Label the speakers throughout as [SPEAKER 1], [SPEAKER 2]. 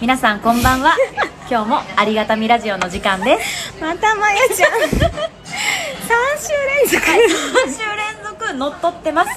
[SPEAKER 1] 皆さんこんばんは 今日もありがたみラジオの時間です
[SPEAKER 2] またまゆちゃん 3週連続、
[SPEAKER 1] 3週連続乗っ取ってます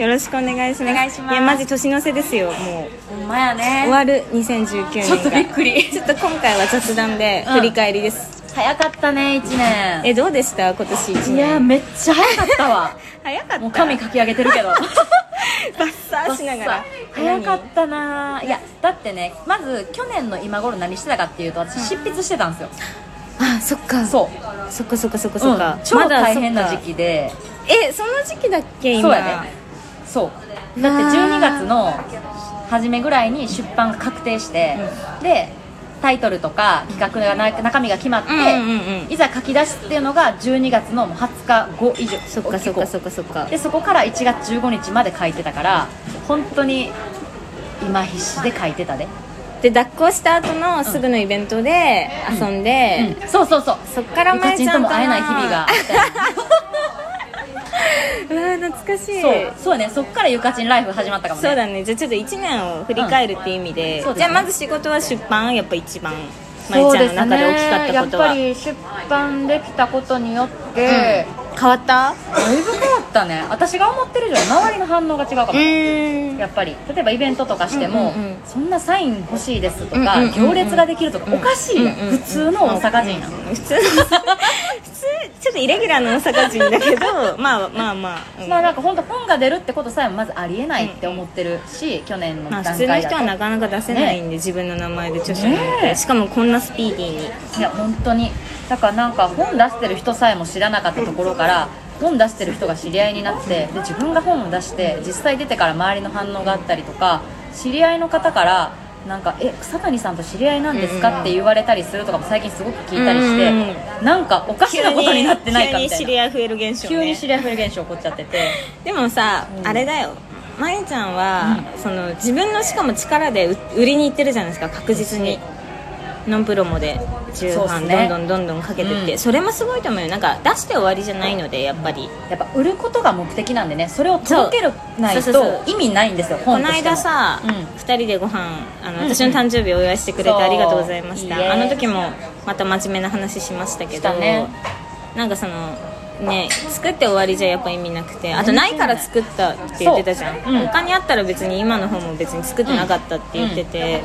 [SPEAKER 2] よろしくお願いします
[SPEAKER 1] お願いします
[SPEAKER 2] やマジ年の瀬ですよもう
[SPEAKER 1] ほんまや
[SPEAKER 2] 終
[SPEAKER 1] ね
[SPEAKER 2] わる2019年
[SPEAKER 1] ちょ
[SPEAKER 2] が
[SPEAKER 1] っとびっくり
[SPEAKER 2] ちょっと今回は雑談で
[SPEAKER 1] うん
[SPEAKER 2] 振り返りです、
[SPEAKER 1] 早かったね1
[SPEAKER 2] えどうでした今年1年
[SPEAKER 1] 年いやめっちゃ早かったわ
[SPEAKER 2] 早かった
[SPEAKER 1] もう髪かき上げてるけ ど
[SPEAKER 2] バッサーしながら
[SPEAKER 1] 早かったないやだってねまず去年の今頃何してたかっていうと私執筆してたんですよ、
[SPEAKER 2] 何あそっか
[SPEAKER 1] そう
[SPEAKER 2] そっかそっかそっかそっか、
[SPEAKER 1] うん超大変な時
[SPEAKER 2] 期
[SPEAKER 1] 期で
[SPEAKER 2] えその時期だっけ今
[SPEAKER 1] そうやねそうだって12月の初めぐらいに出版が確定して、でタイトルとか企画がな中身が決まって、
[SPEAKER 2] うんうんうん
[SPEAKER 1] いざ書き出すっていうのが12月のもう20日後以上
[SPEAKER 2] そっかそっかそっかそっか
[SPEAKER 1] でそこから1月15日まで書いてたから本当に今必死で書いてたで、
[SPEAKER 2] で抱っこした後のすぐのイベントで遊んで、
[SPEAKER 1] うんそうそうそう
[SPEAKER 2] そっから
[SPEAKER 1] ゆか
[SPEAKER 2] まゆ
[SPEAKER 1] ち
[SPEAKER 2] ち
[SPEAKER 1] ん
[SPEAKER 2] ゃ
[SPEAKER 1] と
[SPEAKER 2] ん
[SPEAKER 1] も会えない日々がみたいな
[SPEAKER 2] うわー懐かし い
[SPEAKER 1] そうそうやねそっからゆかちんライフ始まったかもね
[SPEAKER 2] そうだねじゃあちょっと1年を振り返るっていう意味で,、
[SPEAKER 1] うんそうで
[SPEAKER 2] じ
[SPEAKER 1] すね
[SPEAKER 2] ゃあまず仕事は出版やっぱ一番まゆちゃんの中で大きかったことは、
[SPEAKER 1] そうですねやっぱり出版できたことによって、
[SPEAKER 2] 変わった
[SPEAKER 1] だいぶ変わったね私が思ってる以上に周りの反応が違うかも、
[SPEAKER 2] ん
[SPEAKER 1] やっぱり例えばイベントとかしても、
[SPEAKER 2] うんうんうん
[SPEAKER 1] そんなサイン欲しいですとか、
[SPEAKER 2] うんうんうんうん
[SPEAKER 1] 行列ができるとか、おかしいやん、普通の大阪人なの、
[SPEAKER 2] 普通の普通ちょっとイレギュラーの大阪人だけど まあまあまあ、うん
[SPEAKER 1] まあなんか本当本が出るってことさえもまずありえないって思ってるし、去年の
[SPEAKER 2] ま
[SPEAKER 1] 段
[SPEAKER 2] あ、
[SPEAKER 1] 階
[SPEAKER 2] 普通の
[SPEAKER 1] だ
[SPEAKER 2] 人
[SPEAKER 1] と、
[SPEAKER 2] はなかなか出せないんで、自分の名前で著書なんて、
[SPEAKER 1] ねえ
[SPEAKER 2] しかもこんなスピーディーに
[SPEAKER 1] いや本当にだからなんか本出してる人さえも知らなかったところから本出してる人が知り合いになってで自分が本を出して実際出てから周りの反応があったりとか知り合いの方からなんかえ草谷さんと知り合いなんですかって言われたりするとかも最近すごく聞いたりして
[SPEAKER 2] うんうん
[SPEAKER 1] なんかおかしなことになってないかみた
[SPEAKER 2] 急に知
[SPEAKER 1] い
[SPEAKER 2] り
[SPEAKER 1] な
[SPEAKER 2] 合い増える現象、ね、
[SPEAKER 1] 急に知り合い増える現象起こっちゃってて
[SPEAKER 2] でもさ、あれだよまゆちゃんは、その自分のしかも力で売売りに行ってるじゃないですか確実にノンプロモで重
[SPEAKER 1] そうっ
[SPEAKER 2] 版
[SPEAKER 1] すね
[SPEAKER 2] どんどんどんどんかけてって、
[SPEAKER 1] うん
[SPEAKER 2] それもすごいと思うよなんか出して終わりじゃないのでやっぱり
[SPEAKER 1] やっぱ売ることが目的なんでねそれを届けるない
[SPEAKER 2] そうそうそう
[SPEAKER 1] と意味ないんですよ
[SPEAKER 2] こ
[SPEAKER 1] 本
[SPEAKER 2] の
[SPEAKER 1] としても
[SPEAKER 2] 間さ、
[SPEAKER 1] うん
[SPEAKER 2] 二2人でご飯あの
[SPEAKER 1] うん
[SPEAKER 2] 私の誕生日お祝いしてくれて
[SPEAKER 1] そう
[SPEAKER 2] ありがとうございました、
[SPEAKER 1] いいえ
[SPEAKER 2] あの時もまた真面目な話しましたけ
[SPEAKER 1] し
[SPEAKER 2] ど
[SPEAKER 1] たね
[SPEAKER 2] なんかそのね作って終わりじゃやっぱ意味なくてあとないから作ったって言ってたじゃん、
[SPEAKER 1] そううん
[SPEAKER 2] 他にあったら別に今の方も別に作ってなかったって言ってて、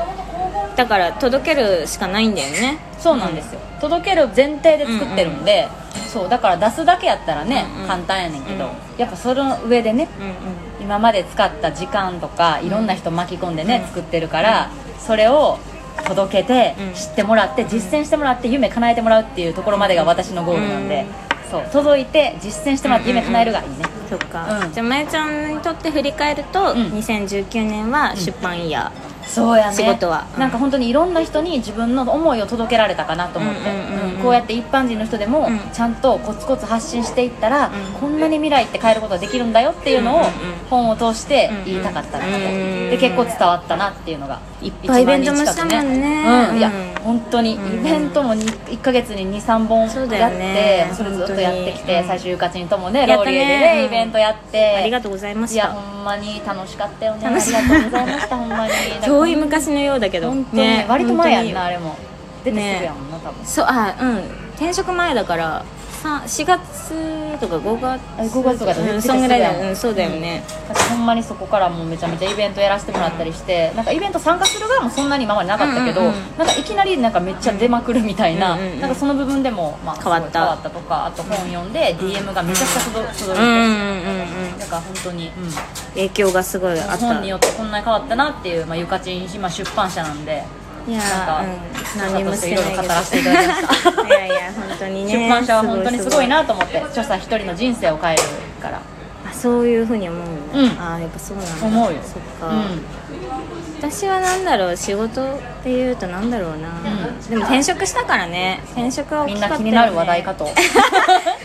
[SPEAKER 2] だから届けるしかないんだよね
[SPEAKER 1] そうなんですよ、届ける前提で作ってるんで、そうだから出すだけやったらね、
[SPEAKER 2] うんうん
[SPEAKER 1] 簡単やねんけど、
[SPEAKER 2] うん
[SPEAKER 1] やっぱその上でね
[SPEAKER 2] うんうん
[SPEAKER 1] 今まで使った時間とかいろんな人巻き込んでね、作ってるからそれを届けて、
[SPEAKER 2] うん
[SPEAKER 1] 知ってもらって実践してもらって夢叶えてもらうっていうところまでが私のゴールなんで、そう届いて実践してもらって夢叶えるがいいね、
[SPEAKER 2] そっか、
[SPEAKER 1] うん
[SPEAKER 2] じゃあまゆちゃんにとって振り返ると、
[SPEAKER 1] うん
[SPEAKER 2] 2019年は出版イヤ
[SPEAKER 1] そうやね
[SPEAKER 2] 仕事はうん
[SPEAKER 1] なんか本当にいろんな人に自分の思いを届けられたかなと思って
[SPEAKER 2] うんうんうんうん
[SPEAKER 1] うんこうやって一般人の人でも
[SPEAKER 2] うん
[SPEAKER 1] ちゃんとコツコツ発信していったら、
[SPEAKER 2] ん
[SPEAKER 1] こんなに未来って変えることができるんだよっていうの
[SPEAKER 2] うん
[SPEAKER 1] を
[SPEAKER 2] うんうん
[SPEAKER 1] 本を通して言いたかったなと、
[SPEAKER 2] うんうん
[SPEAKER 1] で結構伝わったなっていうのが
[SPEAKER 2] いっぱいイベントもしたもんね
[SPEAKER 1] 一番に近くうん、いや
[SPEAKER 2] うん
[SPEAKER 1] 本当にイ
[SPEAKER 2] うん
[SPEAKER 1] ベントも1か月に23本やって
[SPEAKER 2] そうだよね
[SPEAKER 1] それずっとやってきて、
[SPEAKER 2] 本当に
[SPEAKER 1] 最初ゆかちんともね
[SPEAKER 2] や
[SPEAKER 1] ロー
[SPEAKER 2] ったね
[SPEAKER 1] リエでねイベントやって
[SPEAKER 2] ーありがとうございま
[SPEAKER 1] い
[SPEAKER 2] し
[SPEAKER 1] や
[SPEAKER 2] た
[SPEAKER 1] ほんまに楽しかったよねあり
[SPEAKER 2] 楽
[SPEAKER 1] が
[SPEAKER 2] し
[SPEAKER 1] と
[SPEAKER 2] かった
[SPEAKER 1] うございましたほん まに
[SPEAKER 2] 遠い昔のようだけど
[SPEAKER 1] 本当に、割と前やんなあれも出てす
[SPEAKER 2] ね
[SPEAKER 1] ぐやもんな多分
[SPEAKER 2] そうあうん転職前だからさ4月とか5月
[SPEAKER 1] え5月とかだね
[SPEAKER 2] うんそんぐらいだよ、
[SPEAKER 1] う
[SPEAKER 2] うんん、そうだよね、
[SPEAKER 1] だからほんまにそこからもうめちゃめちゃイベントやらせてもらったりして、なんかイベント参加する側もそんなに今までなかったけど、
[SPEAKER 2] うんうんうん
[SPEAKER 1] なんかいきなりなんかめっちゃ出まくるみたいな、
[SPEAKER 2] うんうんうん
[SPEAKER 1] なんかその部分でも、まあ、
[SPEAKER 2] 変わ
[SPEAKER 1] すご
[SPEAKER 2] った
[SPEAKER 1] い変わったとかあと本読んで DM がめちゃくちゃ届届いて、
[SPEAKER 2] うん、うんうんうん
[SPEAKER 1] だから本当に、
[SPEAKER 2] 影響がすごいあった
[SPEAKER 1] 本によってこんなに変わったなっていう、まあ、ゆかちん今出版社なんで
[SPEAKER 2] いや
[SPEAKER 1] なんか
[SPEAKER 2] ーうん、何もしてないけ
[SPEAKER 1] ちょっといろいろ
[SPEAKER 2] ど
[SPEAKER 1] 語らせていただきました
[SPEAKER 2] いやいや本当にね
[SPEAKER 1] 出版社は本当にすごいなと思って著者一人の人生を変えるから
[SPEAKER 2] あそういうふうに思うんだ、
[SPEAKER 1] うん
[SPEAKER 2] ああやっぱそうなんだ
[SPEAKER 1] 思うよ
[SPEAKER 2] そっか、私は何だろう仕事っていうと何だろうな、
[SPEAKER 1] うん
[SPEAKER 2] でも転職したからね転職は
[SPEAKER 1] うん、
[SPEAKER 2] 大
[SPEAKER 1] み
[SPEAKER 2] き
[SPEAKER 1] ん
[SPEAKER 2] か
[SPEAKER 1] な
[SPEAKER 2] ったよ
[SPEAKER 1] 気
[SPEAKER 2] ね
[SPEAKER 1] になる話題かと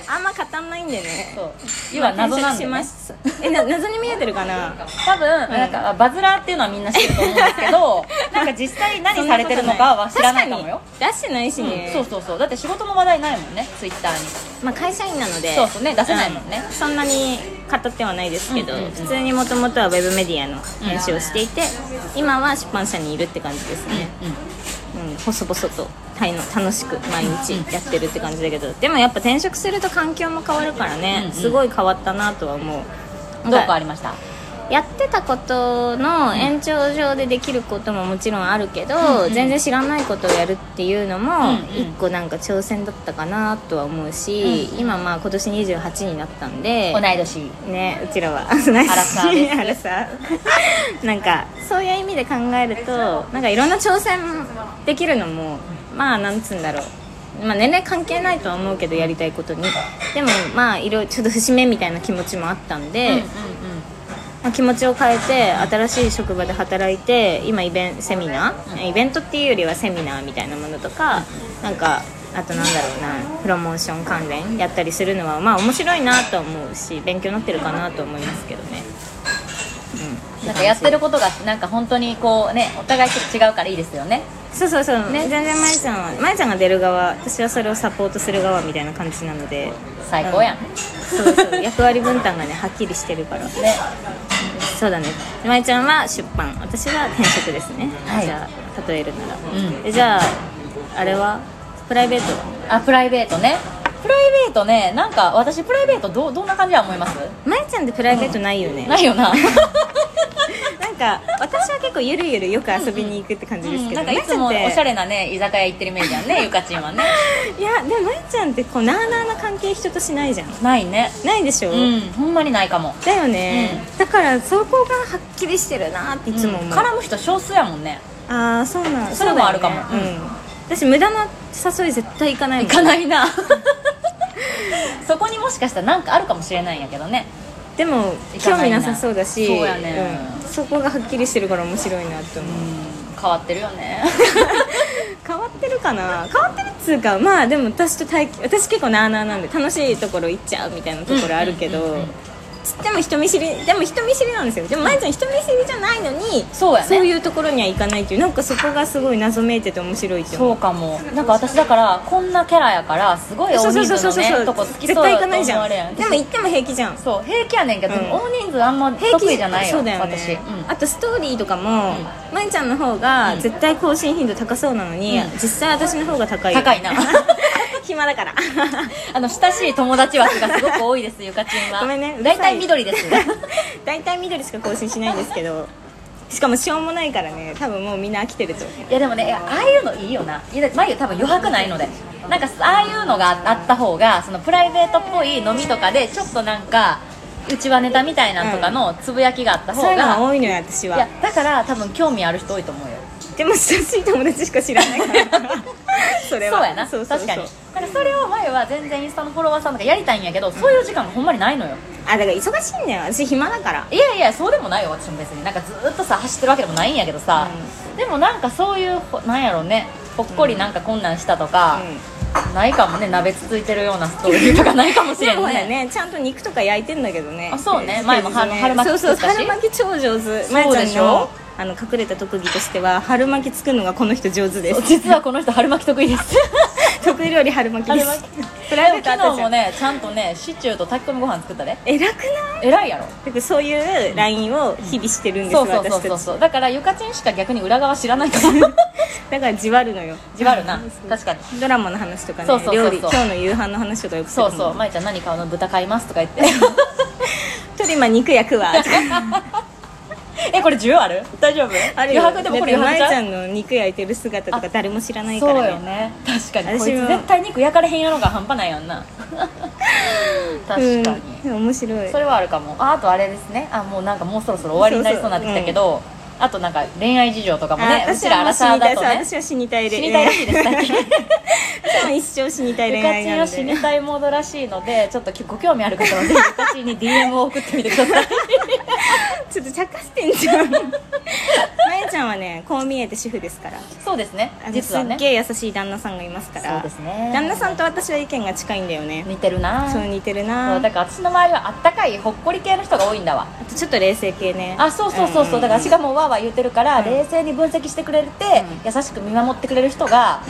[SPEAKER 2] あんま語んないんでね
[SPEAKER 1] そう要は謎なんで、ね、
[SPEAKER 2] 転職しましたえな謎に見えてるかな
[SPEAKER 1] 多分、なんかバズラーっていうのはみんな知ってると思うんですけどなんか実際何されてるのかは知らないかもよ
[SPEAKER 2] 確かに出してないしね、
[SPEAKER 1] うんそうそうそうだって仕事の話題ないもんねツイッターに
[SPEAKER 2] まあ、会社員なので
[SPEAKER 1] そうそうね出せないもんね
[SPEAKER 2] うそんなに語ってはないですけど、
[SPEAKER 1] うんうんうん
[SPEAKER 2] 普通にもともとはウェブメディアの編集をしていて、今は出版社にいるって感じですね、うん細々と大の楽しく毎日やってるって感じだけど、でもやっぱ転職すると環境も変わるからね、
[SPEAKER 1] うんうん
[SPEAKER 2] すごい変わったなとは思う
[SPEAKER 1] うんどうかあ
[SPEAKER 2] り
[SPEAKER 1] りました
[SPEAKER 2] やってたことの延長上でできることももちろんあるけど、
[SPEAKER 1] んうん
[SPEAKER 2] 全然知らないことをやるっていうの
[SPEAKER 1] うん
[SPEAKER 2] も
[SPEAKER 1] うん
[SPEAKER 2] 一個なんか挑戦だったかなとは思うし、
[SPEAKER 1] う
[SPEAKER 2] 今まあ今年28になったんで
[SPEAKER 1] 同い年
[SPEAKER 2] ねうちらは 同じ
[SPEAKER 1] アラサーです
[SPEAKER 2] アラサー なんかそういう意味で考えるとなんかいろんな挑戦できるのもまあなんつうんだろうまあ年齢関係ないとは思うけどやりたいことにでもまあいろいろちょっと節目みたいな気持ちもあったんで、まあ気持ちを変えて新しい職場で働いて今イベンセミナーイベントっていうよりはセミナーみたいなものとかなんかあとなんだろうなプロモーション関連やったりするのはまあ面白いなと思うし勉強になってるかなと思いますけどね、うん、
[SPEAKER 1] なんかやってることがなんか本当にこうねお互いちょっと違うからいいですよね
[SPEAKER 2] そうそうそう、
[SPEAKER 1] ね
[SPEAKER 2] 全然まゆちゃんはまゆちゃんが出る側私はそれをサポートする側みたいな感じなので
[SPEAKER 1] 最高やん、
[SPEAKER 2] そう そう役割分担がねはっきりしてるから
[SPEAKER 1] ね
[SPEAKER 2] そうだねまゆちゃんは出版私は転職ですね、
[SPEAKER 1] はい
[SPEAKER 2] じゃあ例えるなら、
[SPEAKER 1] うん
[SPEAKER 2] えじゃああれはプライベートは
[SPEAKER 1] あプライベートねプライベートねなんか私プライベートどうどんな感じは思います
[SPEAKER 2] まゆちゃんってプライベートないよね、
[SPEAKER 1] ないよな
[SPEAKER 2] なんか私は結構ゆるゆるよく遊びに行くって感じですけど、
[SPEAKER 1] なんかいつもお
[SPEAKER 2] まゆちゃんって
[SPEAKER 1] しゃれなね居酒屋行ってるイメージやん ねゆかちんはね
[SPEAKER 2] いやでもまゆちゃんってこうなあなあな関係人としないじゃん
[SPEAKER 1] ないね
[SPEAKER 2] ないでしょ、
[SPEAKER 1] うんほんまにないかも
[SPEAKER 2] だよね、だからそこがはっきりしてるなっていつも思う、
[SPEAKER 1] うん絡む人少数やもんね
[SPEAKER 2] ああそうなん
[SPEAKER 1] それもあるかも
[SPEAKER 2] そうだよねうん、私無駄な誘い絶対行かないもん
[SPEAKER 1] 行かない なそこにもしかしたらなんかあるかもしれないんやけどね
[SPEAKER 2] でも
[SPEAKER 1] 行か
[SPEAKER 2] 興
[SPEAKER 1] ない
[SPEAKER 2] 味
[SPEAKER 1] な
[SPEAKER 2] なさそうだし
[SPEAKER 1] そうやね
[SPEAKER 2] うんそこがはっきりしてるから面白いなって思う、
[SPEAKER 1] 変わってるよね
[SPEAKER 2] 変わってるかな変わってるっつうかまあでも私と体型私結構なあなあなんで楽しいところ行っちゃうみたいなところあるけど、
[SPEAKER 1] うんうんうんうん
[SPEAKER 2] つっても人見知りでも人見知りなんですよでもまゆちゃん人見知りじゃないのに
[SPEAKER 1] そうやね
[SPEAKER 2] そういうところには行かないっていうなんかそこがすごい謎めいてて面白いっ て
[SPEAKER 1] そ
[SPEAKER 2] 思
[SPEAKER 1] うかもなんか私だからこんなキャラやからすごい大人数のねとこ好き
[SPEAKER 2] 絶
[SPEAKER 1] そう
[SPEAKER 2] 対
[SPEAKER 1] やと
[SPEAKER 2] 行かないじ
[SPEAKER 1] 思
[SPEAKER 2] ゃ
[SPEAKER 1] わ
[SPEAKER 2] ん
[SPEAKER 1] れやん
[SPEAKER 2] でも行っても平気じゃん
[SPEAKER 1] そう平気やねんけど、
[SPEAKER 2] うん
[SPEAKER 1] でも大人数あんま
[SPEAKER 2] 平気
[SPEAKER 1] 得意じゃないよ
[SPEAKER 2] そうだよね
[SPEAKER 1] 私、うん
[SPEAKER 2] あとストーリーとかも、まゆちゃんの方が絶対更新頻度高そうなのに、
[SPEAKER 1] うん
[SPEAKER 2] 実際私の方が高いよ
[SPEAKER 1] 高いな
[SPEAKER 2] 暇だから
[SPEAKER 1] あの親しい友達枠がすごく多いですゆかちんは
[SPEAKER 2] ごめんねうる
[SPEAKER 1] 大
[SPEAKER 2] さい
[SPEAKER 1] 体緑です
[SPEAKER 2] 大体緑しか更新しないんですけどしかもしょうもないからね多分もうみんな飽きてると思う
[SPEAKER 1] いやでもねいやああいうのいいよないや眉多分余白ないのでなんかああいうのがああった方がそのプライベートっぽい飲みとかでちょっとなんかうちはネタみたいなんとかのつぶやきがあった方
[SPEAKER 2] そういうの
[SPEAKER 1] が、
[SPEAKER 2] が多いのよ私
[SPEAKER 1] いや
[SPEAKER 2] は
[SPEAKER 1] だから多分興味ある人多いと思うよ
[SPEAKER 2] でも親しい友達しか知らないからそれは
[SPEAKER 1] そうやな確かにだからそれを前は全然インスタのフォロワーさんとかやりたいんやけど、そういう時間がほんまにないのよ
[SPEAKER 2] あだから忙しいんだよ私暇だから
[SPEAKER 1] いやいやそうでもないよ私も別になんかずーっとさ走ってるわけでもないんやけどさ、でもなんかそういうほなんやろねほっこりなんか困難したとか、
[SPEAKER 2] う
[SPEAKER 1] ないかもね鍋つついてるようなストーリーとかないかもし
[SPEAKER 2] ん、で
[SPEAKER 1] れ
[SPEAKER 2] も
[SPEAKER 1] ん
[SPEAKER 2] ほら
[SPEAKER 1] ね
[SPEAKER 2] ねちゃんと肉とか焼いてんだけどね
[SPEAKER 1] あそうね
[SPEAKER 2] 平
[SPEAKER 1] 前
[SPEAKER 2] 日
[SPEAKER 1] も春春巻き
[SPEAKER 2] そうそう
[SPEAKER 1] 作ったし
[SPEAKER 2] 春巻き超上手
[SPEAKER 1] そうで
[SPEAKER 2] 前
[SPEAKER 1] し
[SPEAKER 2] ち
[SPEAKER 1] ょ
[SPEAKER 2] ゃんのあの隠れた特技としては春巻き作るのがこの人上手です
[SPEAKER 1] 実はこの人春巻き得意です
[SPEAKER 2] 得意料理春巻きで
[SPEAKER 1] 春巻
[SPEAKER 2] す
[SPEAKER 1] き
[SPEAKER 2] プライベートあったじゃ
[SPEAKER 1] 昨
[SPEAKER 2] ん
[SPEAKER 1] 日もねちゃんとねシチューと炊き込みご飯作ったで
[SPEAKER 2] 偉くない
[SPEAKER 1] 偉いやろ
[SPEAKER 2] だからそういうラインを日々してるんです、
[SPEAKER 1] そうそうそう
[SPEAKER 2] 私
[SPEAKER 1] そ
[SPEAKER 2] た
[SPEAKER 1] う
[SPEAKER 2] ち
[SPEAKER 1] そうだからゆかちんしか逆に裏側知らないから
[SPEAKER 2] だからじわるのよ
[SPEAKER 1] じわる な確かに
[SPEAKER 2] ドラマの話とかね
[SPEAKER 1] そうそうそうそう
[SPEAKER 2] 料理今日の夕飯の話とかよくす
[SPEAKER 1] そ
[SPEAKER 2] るも
[SPEAKER 1] うんそう舞ちゃん何買うの豚買いますとか言って
[SPEAKER 2] トリマ肉焼くわ
[SPEAKER 1] えこれ需要ある大丈夫
[SPEAKER 2] ある よ
[SPEAKER 1] 余白でもこれ
[SPEAKER 2] だっ
[SPEAKER 1] 余
[SPEAKER 2] てまえ
[SPEAKER 1] 白
[SPEAKER 2] ち
[SPEAKER 1] ち
[SPEAKER 2] ゃ
[SPEAKER 1] ゃうん
[SPEAKER 2] の肉焼いてる姿とか誰も知らないか
[SPEAKER 1] そう
[SPEAKER 2] ら
[SPEAKER 1] よ
[SPEAKER 2] ね
[SPEAKER 1] ね確かに
[SPEAKER 2] 私
[SPEAKER 1] こ
[SPEAKER 2] も
[SPEAKER 1] いつ絶対肉焼かれへんやろが半端ないやん な確かに、
[SPEAKER 2] うん面白い
[SPEAKER 1] それはあるかもああとあれですねあもうなんかもうそろそろ終わりになりそうになってきたけどあとなんか恋愛事情とかもね
[SPEAKER 2] あ
[SPEAKER 1] うちらアラサーだとね
[SPEAKER 2] 私は死にたい
[SPEAKER 1] 死にたいらしいです最近
[SPEAKER 2] 私も一生死にたい
[SPEAKER 1] ゆ
[SPEAKER 2] 恋
[SPEAKER 1] か
[SPEAKER 2] 愛
[SPEAKER 1] ちん
[SPEAKER 2] な
[SPEAKER 1] は
[SPEAKER 2] んで
[SPEAKER 1] 死にたいモ ード らしいのでちょっとご興味ある方はぜひゆかちんに DM を送ってみてください
[SPEAKER 2] ちょっと茶化してんじゃんまゆちゃんはねこう見えて主婦ですから
[SPEAKER 1] そうですね
[SPEAKER 2] あの
[SPEAKER 1] 実は
[SPEAKER 2] す
[SPEAKER 1] ね
[SPEAKER 2] っげえ優しい旦那さんがいますから
[SPEAKER 1] そうですね
[SPEAKER 2] 旦那さんと私は意見が近いんだよね
[SPEAKER 1] 似てるな
[SPEAKER 2] そう似てる
[SPEAKER 1] そ
[SPEAKER 2] な
[SPEAKER 1] うだから私の周りはあったかいほっこり系の人が多いんだわ
[SPEAKER 2] あとちょっと冷静系ね
[SPEAKER 1] あそうそうそうそう、だから私
[SPEAKER 2] が
[SPEAKER 1] がもうわーわー言ってるから、
[SPEAKER 2] うん
[SPEAKER 1] 冷静に分析してくれて、優しく見守ってくれる人が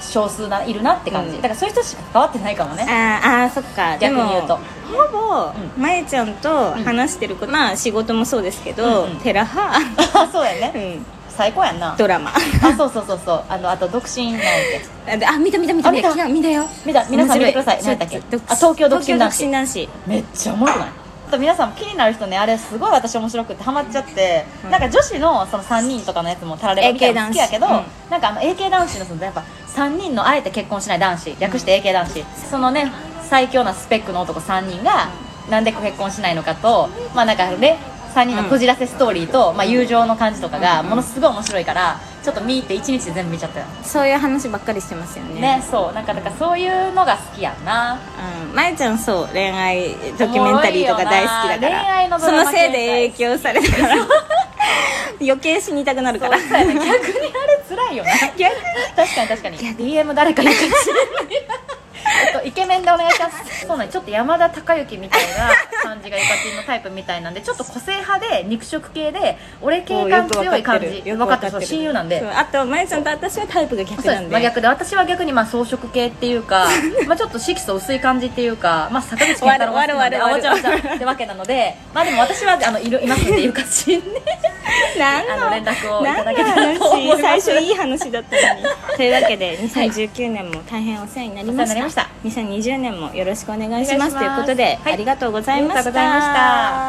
[SPEAKER 1] 少数ないるなって感じ、
[SPEAKER 2] うん
[SPEAKER 1] だからそういう人しか関わってないかもね
[SPEAKER 2] あーあーそっかでも
[SPEAKER 1] 逆に言うと
[SPEAKER 2] ほぼまゆちゃんと話してること、まあ仕事もそうですけど、
[SPEAKER 1] うんうん
[SPEAKER 2] テ ラ派、
[SPEAKER 1] あそうやね、
[SPEAKER 2] うん、
[SPEAKER 1] 最高やんな
[SPEAKER 2] ドラマ
[SPEAKER 1] あそうそうそうそうあのあと独身なんだっけ
[SPEAKER 2] あ見た見た見
[SPEAKER 1] あ
[SPEAKER 2] た
[SPEAKER 1] 見
[SPEAKER 2] 見
[SPEAKER 1] た
[SPEAKER 2] た見たよ
[SPEAKER 1] 見た皆さん見てください
[SPEAKER 2] 面白
[SPEAKER 1] 何だっけ
[SPEAKER 2] ちょと
[SPEAKER 1] あ東京独身男
[SPEAKER 2] 東
[SPEAKER 1] 子
[SPEAKER 2] 京独身男子
[SPEAKER 1] めっちゃおもろくないあと皆さんも気になる人ねあれすごい私面白くてハマっちゃって、
[SPEAKER 2] うん
[SPEAKER 1] なんか女子のその3人とかのやつもタラレバみたいなの好きやけど、
[SPEAKER 2] AK 男
[SPEAKER 1] なんかあの AK 男子のそのやっぱ3人のあえて結婚しない男子略して AK 男子、そのね最強なスペックの男3人がなんで結婚しないのかとまあなんかね3人のこじらせストーリーと、まあ、友情の感じとかがものすごい面白いからちょっと見入って1日で全部見ちゃったよ
[SPEAKER 2] そういう話ばっかりしてますよね
[SPEAKER 1] ねそうなんかだからそういうのが好きやん な
[SPEAKER 2] うん、まゆちゃんそう恋愛ドキュメンタリーとか大好きだか
[SPEAKER 1] おもろいよな
[SPEAKER 2] ら
[SPEAKER 1] 恋愛のド
[SPEAKER 2] そ
[SPEAKER 1] ラマ
[SPEAKER 2] のせいで影響されたから 余計死にたくなるから
[SPEAKER 1] そうやね逆にあれ辛いよな逆に 確かに確かに DM 誰かにかも しれないえっとイケメンでお願いしますそうなんちょっと山田孝之みたいな感じがイカチンのタイプみたいなんでちょっと個性派で肉食系で俺系感強い感じ分かってるそう親友なんで
[SPEAKER 2] そうあとまゆちゃんと私はタイプが逆
[SPEAKER 1] そう
[SPEAKER 2] な
[SPEAKER 1] で
[SPEAKER 2] ん
[SPEAKER 1] す
[SPEAKER 2] で
[SPEAKER 1] 真逆で私は逆にまあ草食系っていう かまあちょっと色素薄い感じっていうか、まあ、坂口健太郎が好きなんで
[SPEAKER 2] 終わる終わる終わる
[SPEAKER 1] あ終わっちゃう終わっちゃうってわけなのでまあでも私はあのいるいますって いうかしんね
[SPEAKER 2] 何
[SPEAKER 1] あの
[SPEAKER 2] の
[SPEAKER 1] 連絡をいただ
[SPEAKER 2] 何
[SPEAKER 1] け
[SPEAKER 2] の
[SPEAKER 1] たらと思いま
[SPEAKER 2] 話
[SPEAKER 1] す
[SPEAKER 2] 最初いい話だったのに というわけで2019年も大変お世話になりま
[SPEAKER 1] お世話になりま
[SPEAKER 2] し
[SPEAKER 1] した
[SPEAKER 2] た2020年もよろしくお願いします
[SPEAKER 1] お
[SPEAKER 2] とい
[SPEAKER 1] 願いします
[SPEAKER 2] うことで
[SPEAKER 1] はい
[SPEAKER 2] ありがとうございま
[SPEAKER 1] ありがとうございま
[SPEAKER 2] し
[SPEAKER 1] したた